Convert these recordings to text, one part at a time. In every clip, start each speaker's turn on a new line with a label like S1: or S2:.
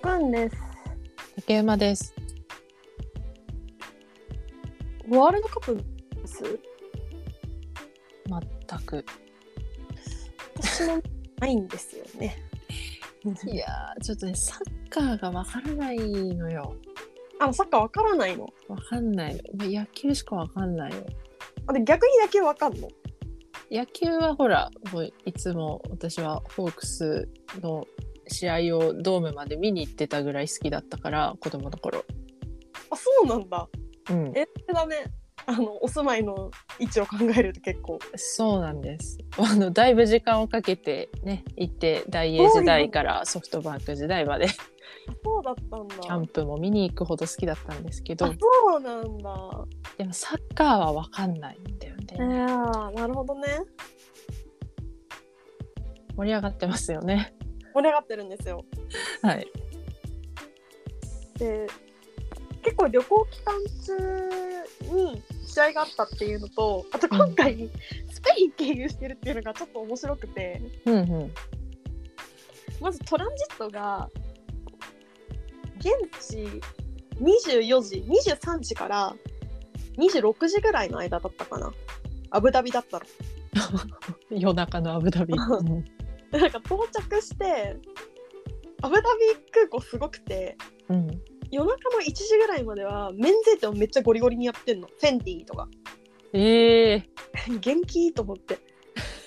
S1: パンです。
S2: 竹馬です。
S1: ワールドカップです
S2: まったく。
S1: 私もないんですよね。
S2: いやー、ちょっとね、サッカーがわからないのよ。
S1: あのサッカーわからないの。
S2: わかんない。まあ、野球しかわかんないよ。
S1: あで逆に野球わかんの。
S2: 野球はほら、もういつも私はホークスの試合をドームまで見に行ってたぐらい好きだったから、子供の頃。
S1: あそうなんだ。
S2: うん、
S1: えだね。あのお住まいの位置を考えると結構。
S2: そうなんです。あの、だいぶ時間をかけてね、行って、大英時代からソフトバンク時代まで、
S1: そうだったんだ。
S2: キャンプも見に行くほど好きだったんですけど
S1: あ、そうなんだ。
S2: でもサッカーはわかんないんだよね。
S1: えー、なるほどね。
S2: 盛り上がってますよね。
S1: 盛り上がってるんですよ。
S2: はい。
S1: で結構旅行期間中に試合があったっていうのとあと今回スペイン経由してるっていうのがちょっと面白くて、
S2: うんうん。
S1: まずトランジットが現地24時23時から26時ぐらいの間だったかなアブダビだったの。
S2: 夜中のアブダビ。うん
S1: でなんか到着してアブダビ空港すごくて
S2: うん。
S1: 夜中の1時ぐらいまでは免税店をめっちゃゴリゴリにやってんのフェンディとか。
S2: ええ
S1: 元気と思って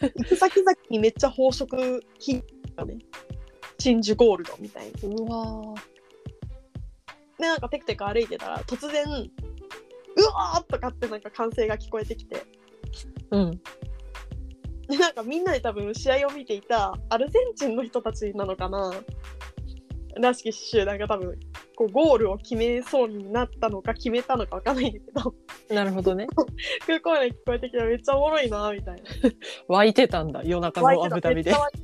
S1: 行く先々にめっちゃ宝飾品がねチンジュゴールドみたいなで
S2: うわー
S1: なんかテクテク歩いてたら突然うわーとかってなんか歓声が聞こえてきて
S2: うん。
S1: でなんかみんなで多分試合を見ていたアルゼンチンの人たちなのかならしき集団が多分こうゴールを決めそうになったのか決めたのかわかんないんだけど
S2: なるほどね。
S1: 空港内聞こえてきてめっちゃおもろいなみたいな。
S2: 湧いてたんだ。夜中
S1: 湧い
S2: の
S1: て
S2: ア
S1: た
S2: ブダビで
S1: めっちゃ。湧いて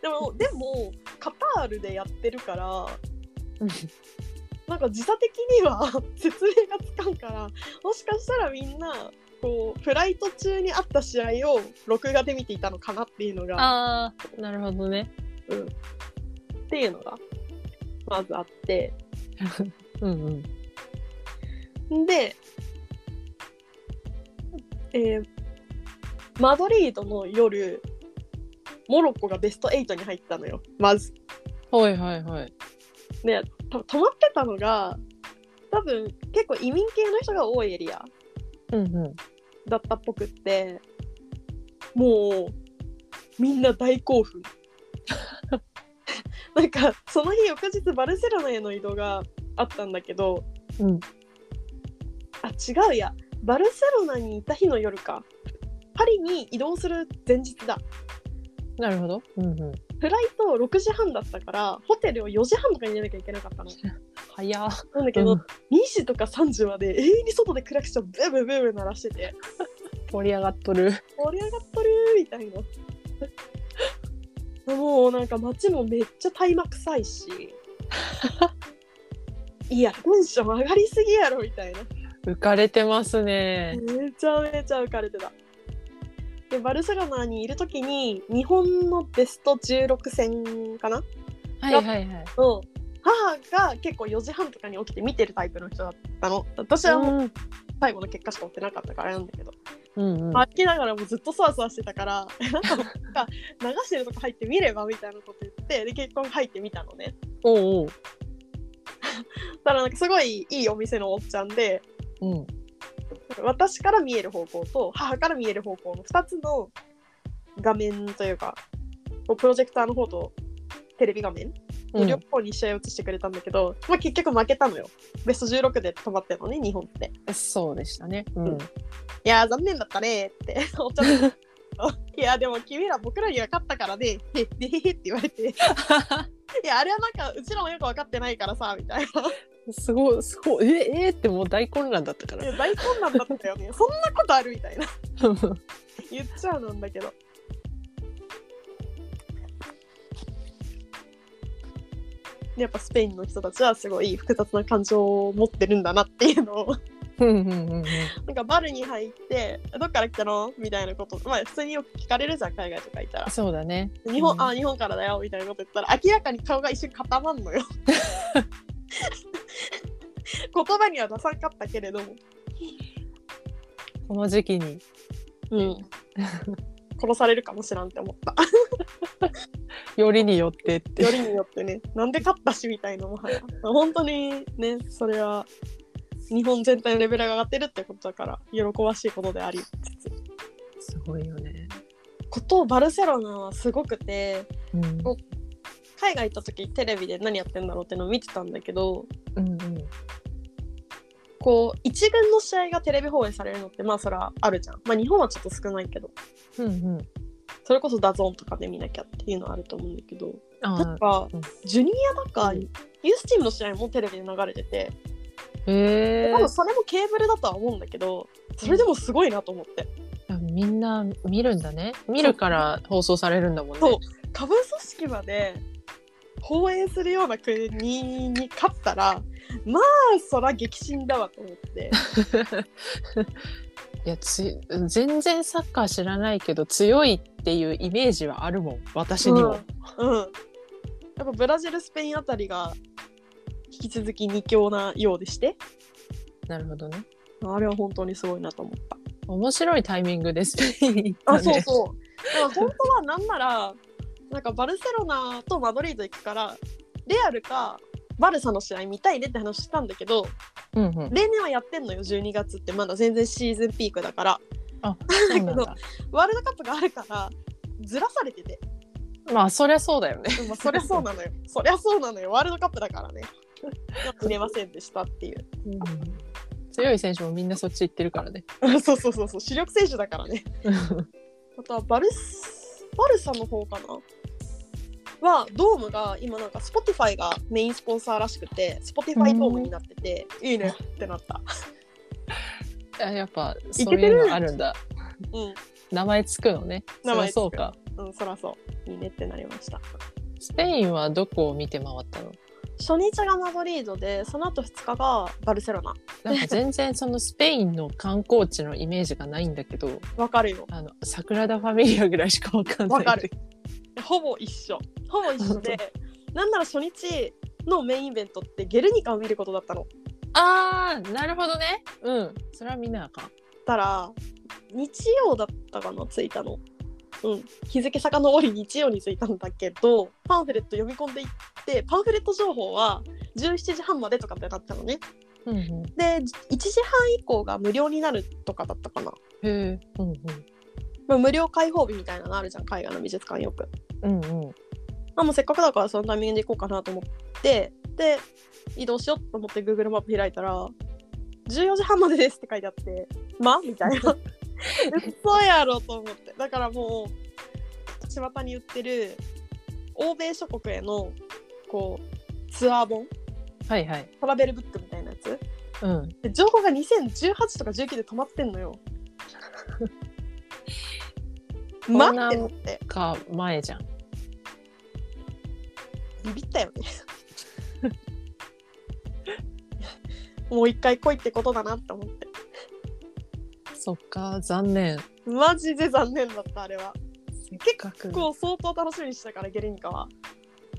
S1: たでもでもカタールでやってるから
S2: うん
S1: なんか時差的には 説明がつかんからもしかしたらみんなこうフライト中にあった試合を録画で見ていたのかなっていうのが
S2: ああ、なるほどね。
S1: っていうのがまずあって
S2: うんうん。
S1: で、えーマドリードの夜モロッコがベスト8に入ったのよまず。
S2: はいはいはい。
S1: ねた泊まってたのが多分結構移民系の人が多いエリア
S2: うんうん。
S1: だったっぽくってもうみんな大興奮 なんかその日翌日バルセロナへの移動があったんだけど
S2: うん。
S1: あ違うやバルセロナにいた日の夜かパリに移動する前日だ
S2: なるほど。うんうん。
S1: フライト6時半だったからホテルを4時半とかに入れなきゃいけなかったの
S2: 早っ。
S1: なんだけど、2時とか3時まで永遠に外でクラクションブーブーブーブー鳴らしてて
S2: 盛り上がっとる。
S1: 盛り上がっとるーみたいな もうなんか街もめっちゃ大麻臭いしいやテンション上がりすぎやろみたいな
S2: 浮かれてますね。
S1: めちゃめちゃ浮かれてたでバルセロナにいる時に日本のベスト16戦かな
S2: はいはいはい。
S1: の母が結構4時半とかに起きて見てるタイプの人だったの私はもう
S2: うん
S1: 最後の結果しか追ってなかったからあれなんだけど
S2: うんうん。
S1: 歩きながらもずっとそわそわしてたからなんかなんか流してるとこ入ってみればみたいなこと言ってで結婚入ってみたのね
S2: おう
S1: だからなんかすごいいいお店のおっちゃんで
S2: おう。うん。
S1: 私から見える方向と母から見える方向の2つの画面というかこうプロジェクターの方とテレビ画面
S2: う
S1: の両
S2: ん、
S1: 方に試合を映してくれたんだけど、まあ、結局負けたのよベスト16で止まってるのね日本って
S2: そうでしたね。うん。
S1: いやー残念だったねーって、お茶のいやーでも君ら僕らには勝ったからね、へっへへって言われて、 いやあれはなんかうちらもよく分かってないからさ、みたい
S2: すごい、すごい、え、えーってもう大混乱だったか
S1: な。い
S2: ら。
S1: や大混乱だったよね、 そんなことあるみたいな。 言っちゃうなんだけど。でやっぱスペインの人たちはすごい複雑な感情を持ってるんだなっていうのを
S2: うんうんうんうん
S1: なんかバルに入って「どっから来たの?」みたいなことまあ普通によく聞かれるじゃん海外とかいたら
S2: そうだね。
S1: 「日本、
S2: うん
S1: あ日本からだよ」みたいなこと言ったら明らかに顔が一瞬固ま んのよ言葉には出さんかったけれども、
S2: この時期に。
S1: うん、 殺されるかもしらんって思った
S2: よりによってって。
S1: よりによってねなんで勝ったしみたいなもはや本当にねそれは日本全体のレベルが上がってるってことだから喜ばしいことでありつつ
S2: すごいよね。
S1: ことバルセロナはすごくて
S2: うん。
S1: お海外行った時テレビで何やってんだろうってのを見てたんだけど
S2: うんうん。
S1: こう一軍の試合がテレビ放映されるのってまあそらあるじゃんまあ日本はちょっと少ないけど
S2: うんうん。
S1: それこそダゾーンとかで見なきゃっていうのはあると思うんだけどな
S2: あ
S1: んか
S2: うん
S1: ジュニアだか、
S2: う
S1: ユ
S2: ん
S1: ースチームの試合もテレビで流れてて
S2: ーへえ
S1: 多分それもケーブルだとは思うんだけどそれでもすごいなと思って
S2: あみんな見るんだね。見るから放送されるんだもんね。
S1: そう下部組織まで放映するような国に勝ったらまあそら激震だわと思って。
S2: いやつ全然サッカー知らないけど強いっていうイメージはあるもん私にも。
S1: うん、うん、やっぱブラジルスペインあたりが引き続き二強なようでして
S2: なるほどね。
S1: あれは本当にすごいなと思った、
S2: 面白いタイミングです。
S1: あそうそうだから本当はなんならなんかバルセロナとマドリード行くからレアルかバルサの試合見たいねって話してたんだけど
S2: う。うんうん。
S1: 例年はやってんのよ12月ってまだ全然シーズンピークだから
S2: あそうなんだ。
S1: ワールドカップがあるからずらされてて、
S2: まあそりゃそうだよね。
S1: うんまあ、そりゃそうなのよそりゃそうなのよワールドカップだからね見れませんでしたっていう
S2: 強い選手もみんなそっち行ってるからね。
S1: そう そうそうそう主力選手だからねあとはバルスバルサの方かなはドームが今なんか Spotify がメインスポンサーらしくて Spotify ドームになってていいねってなった
S2: あやっぱそういうのあるんだ。
S1: うん
S2: 名前つくのね。
S1: 名前つく
S2: そりゃそうか。
S1: うんそらそういいねってなりました
S2: スペインはどこを見て回ったの？
S1: 初日がマドリードでその後2日がバルセロナ
S2: なんか全然そのスペインの観光地のイメージがないんだけど、
S1: わかるよ
S2: あの桜田ファミリアぐらいしかわかんない。
S1: わかる。ほぼ一緒ほぼ一緒で なんなら初日のメインイベントってゲルニカを見ることだったの
S2: ああ、なるほどね。うん。それはみんなあかん。
S1: ったら日曜だったかな着いたの。うん、日付遡り日曜に着いたんだけどパンフレット読み込んでいってパンフレット情報は17時半までとかってなったのね
S2: うんうん。
S1: で1時半以降が無料になるとかだったかな、
S2: へえ。うんうん。
S1: まあ、無料開放日みたいなのあるじゃん海外の美術館よく
S2: うんうん。
S1: あもうせっかくだからそのタイミングで行こうかなと思ってで移動しようと思って Google マップ開いたら14時半までですって書いてあってまみたい な嘘やろと思ってだからもう巷に売ってる欧米諸国へのこうツアー本
S2: はいはい。
S1: トラベルブックみたいなやつ
S2: うん。
S1: で情報が2018とか19で止まってんの よ
S2: ん
S1: 待
S2: な
S1: って思って
S2: か前じゃん。
S1: ビビったよねもう一回来いってことだなって思って
S2: そっか残念。
S1: マジで残念だったあれは
S2: 結構
S1: こう相当楽しみにしてたからゲルニカは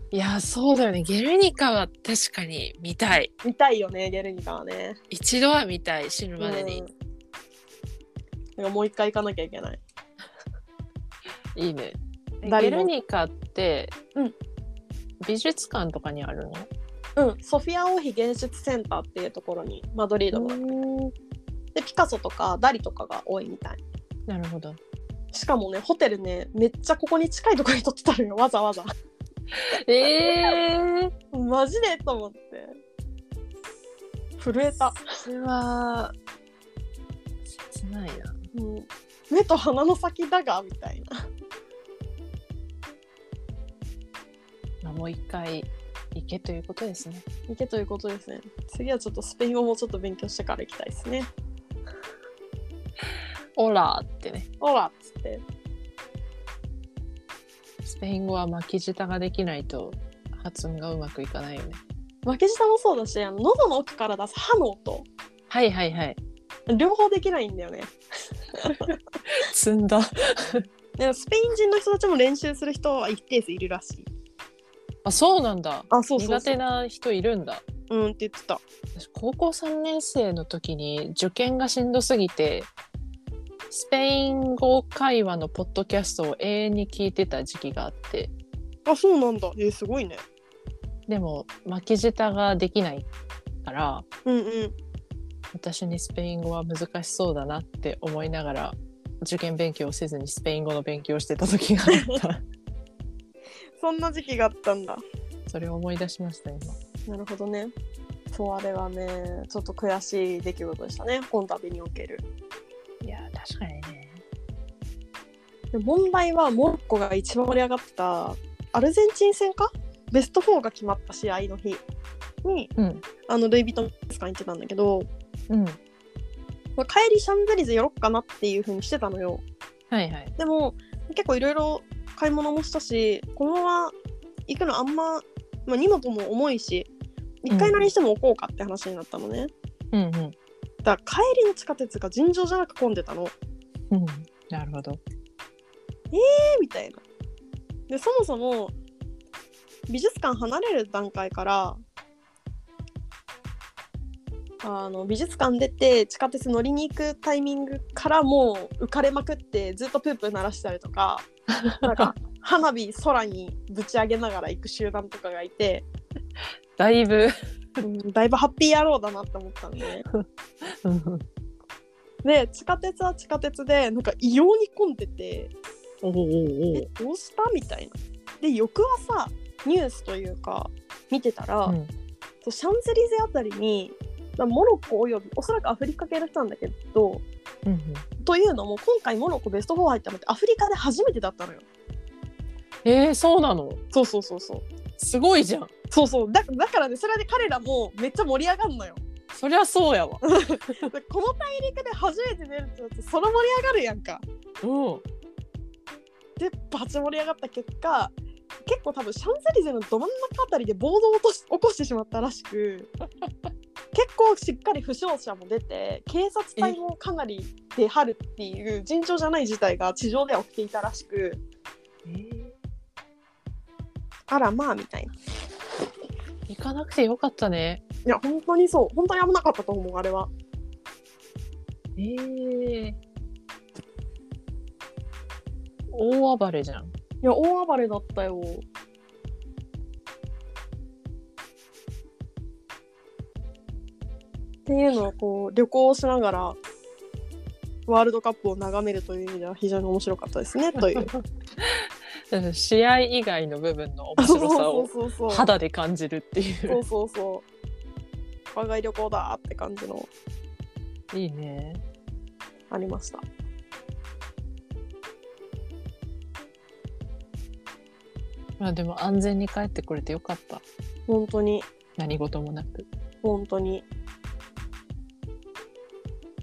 S1: い
S2: やそうだよね。ゲルニカは確かに見たい。
S1: 見たいよねゲルニカはね
S2: 一度は見たい死ぬまでに。
S1: うんなんかもう一回行かなきゃいけない
S2: いいね。え
S1: 誰
S2: ゲ
S1: も
S2: ルニカって、
S1: うん
S2: 美術館とかにあるの
S1: うんソフィア王妃芸術センターっていうところにマドリードがでピカソとかダリとかが多いみたい
S2: なるほど。
S1: しかもねホテルねめっちゃここに近いところに撮ってたのよわざわざ
S2: えー、
S1: マジでと思って震えた
S2: それは切ないな。
S1: うん目と鼻の先だがみたいな
S2: まあ、もう一回行けということですね。
S1: 行けということですね次はちょっとスペイン語もうちょっと勉強してから行きたいですね
S2: オラーってね。
S1: ほらっつって
S2: スペイン語は巻き舌ができないと発音がうまくいかないよね。
S1: 負け舌もそうだしあの喉の奥から出す歯の音
S2: はいはいはい。
S1: 両方できないんだよね。
S2: 積んだ。
S1: でもスペイン人の人たちも練習する人は一定数いるらしい。
S2: あ、そうなんだ。
S1: あ、そ
S2: 苦手な人いるんだ。
S1: うんって言ってた。
S2: 私高校3年生の時に受験がしんどすぎてスペイン語会話のポッドキャストを永遠に聞いてた時期があって
S1: あ、そうなんだ。えー、すごいね。
S2: でも巻き舌ができないから
S1: うんうん。
S2: 私にスペイン語は難しそうだなって思いながら受験勉強をせずにスペイン語の勉強をしてた時があった
S1: そんな時期があったんだ。
S2: それを思い出しました今
S1: なるほどね。そうあれはね、ちょっと悔しい出来事でしたね。今度旅における。
S2: いや確かにね
S1: で問題はモロッコが一番盛り上がってたアルゼンチン戦かベスト4が決まった試合の日に
S2: うん
S1: あのルイ・ヴィトン美術館行ってたんだけど
S2: うん
S1: まあ帰りシャンゼリゼ寄ろっかなっていう風にしてたのよ
S2: はいはい
S1: でも結構いろいろ買い物もしたしこのまま行くのあんま、まあ、荷物も重いし一回何しても置こうかって話になったのね、
S2: うんうん
S1: だから帰りの地下鉄が尋常じゃなく混んでたの
S2: うんなるほど
S1: みたいな。でそもそも美術館離れる段階からあの美術館出て地下鉄乗りに行くタイミングからもう浮かれまくってずっとプープー鳴らしたりとかなんか花火空にぶち上げながら行く集団とかがいて、
S2: だい ぶ
S1: うんだいぶハッピー野郎だなって思ったのね。
S2: うんうん
S1: で地下鉄は地下鉄でなんか異様に混んでて
S2: おうおう
S1: えどうしたみたいな。で翌朝ニュースというか見てたら、
S2: おううん
S1: そうシャンゼリゼあたりにまあモロッコおよびおそらくアフリカ系の人なんだけど
S2: うんうん
S1: というのも今回モロッコベスト4入ったのってアフリカで初めてだったのよ。
S2: えー、そうなの
S1: そうそうそうそう
S2: すごいじゃん
S1: そうそうだだからねそれで彼らもめっちゃ盛り上がるのよ。
S2: そりゃそうやわ
S1: でこの大陸で初めて出るってなるとその盛り上がるやんか。
S2: うん
S1: でバチ盛り上がった結果結構多分シャンゼリゼのど真ん中あたりで暴動を起こし起こしてしまったらしく結構しっかり負傷者も出て警察隊もかなり出張るっていう尋常じゃない事態が地上では起きていたらしくあらまあみたいない
S2: 行かなくてよかったね
S1: や本当にそう本当に危なかったと思うあれは
S2: ええ大暴れじゃん
S1: いや大暴れだったよっていうのをこう旅行をしながらワールドカップを眺めるという意味では非常に面白かったですねと いう
S2: 試合以外の部分の面白さ
S1: そ
S2: を
S1: うそうそうそう
S2: 肌で感じるってい
S1: そううそうそう我が家旅行だって感じの
S2: いいね
S1: ありました
S2: まあでも安全に帰ってこれてよかった
S1: 本当に
S2: 何事もなく
S1: 本当に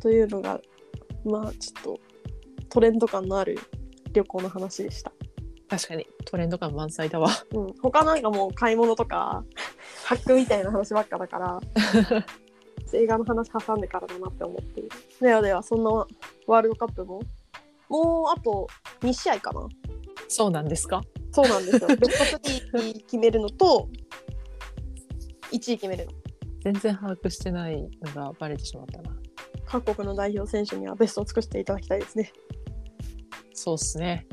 S1: というのがまあちょっとトレンド感のある旅行の話でした
S2: 確かにトレンド感満載だわ
S1: うん、他なんかもう買い物と かハックみたいな話ばっかだから映画の話挟んでからだなって思っているではではそんなワールドカップももうあと2試合かな
S2: そうなんですか
S1: そうなん ですよベスト3決めるのと1位決めるの
S2: 全然把握してないのがバレてしまったな
S1: 各国の代表選手にはベストを尽くしていただきたいですね
S2: そうっすね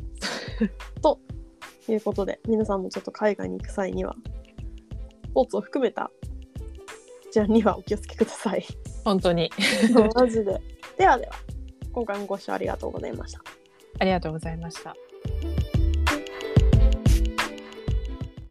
S1: ということで皆さんもちょっと海外に行く際にはスポーツを含めたじゃあにはお気をつけください
S2: 本当に
S1: マジで。ではでは、今回もご視聴ありがとうございました。
S2: ありがとうございました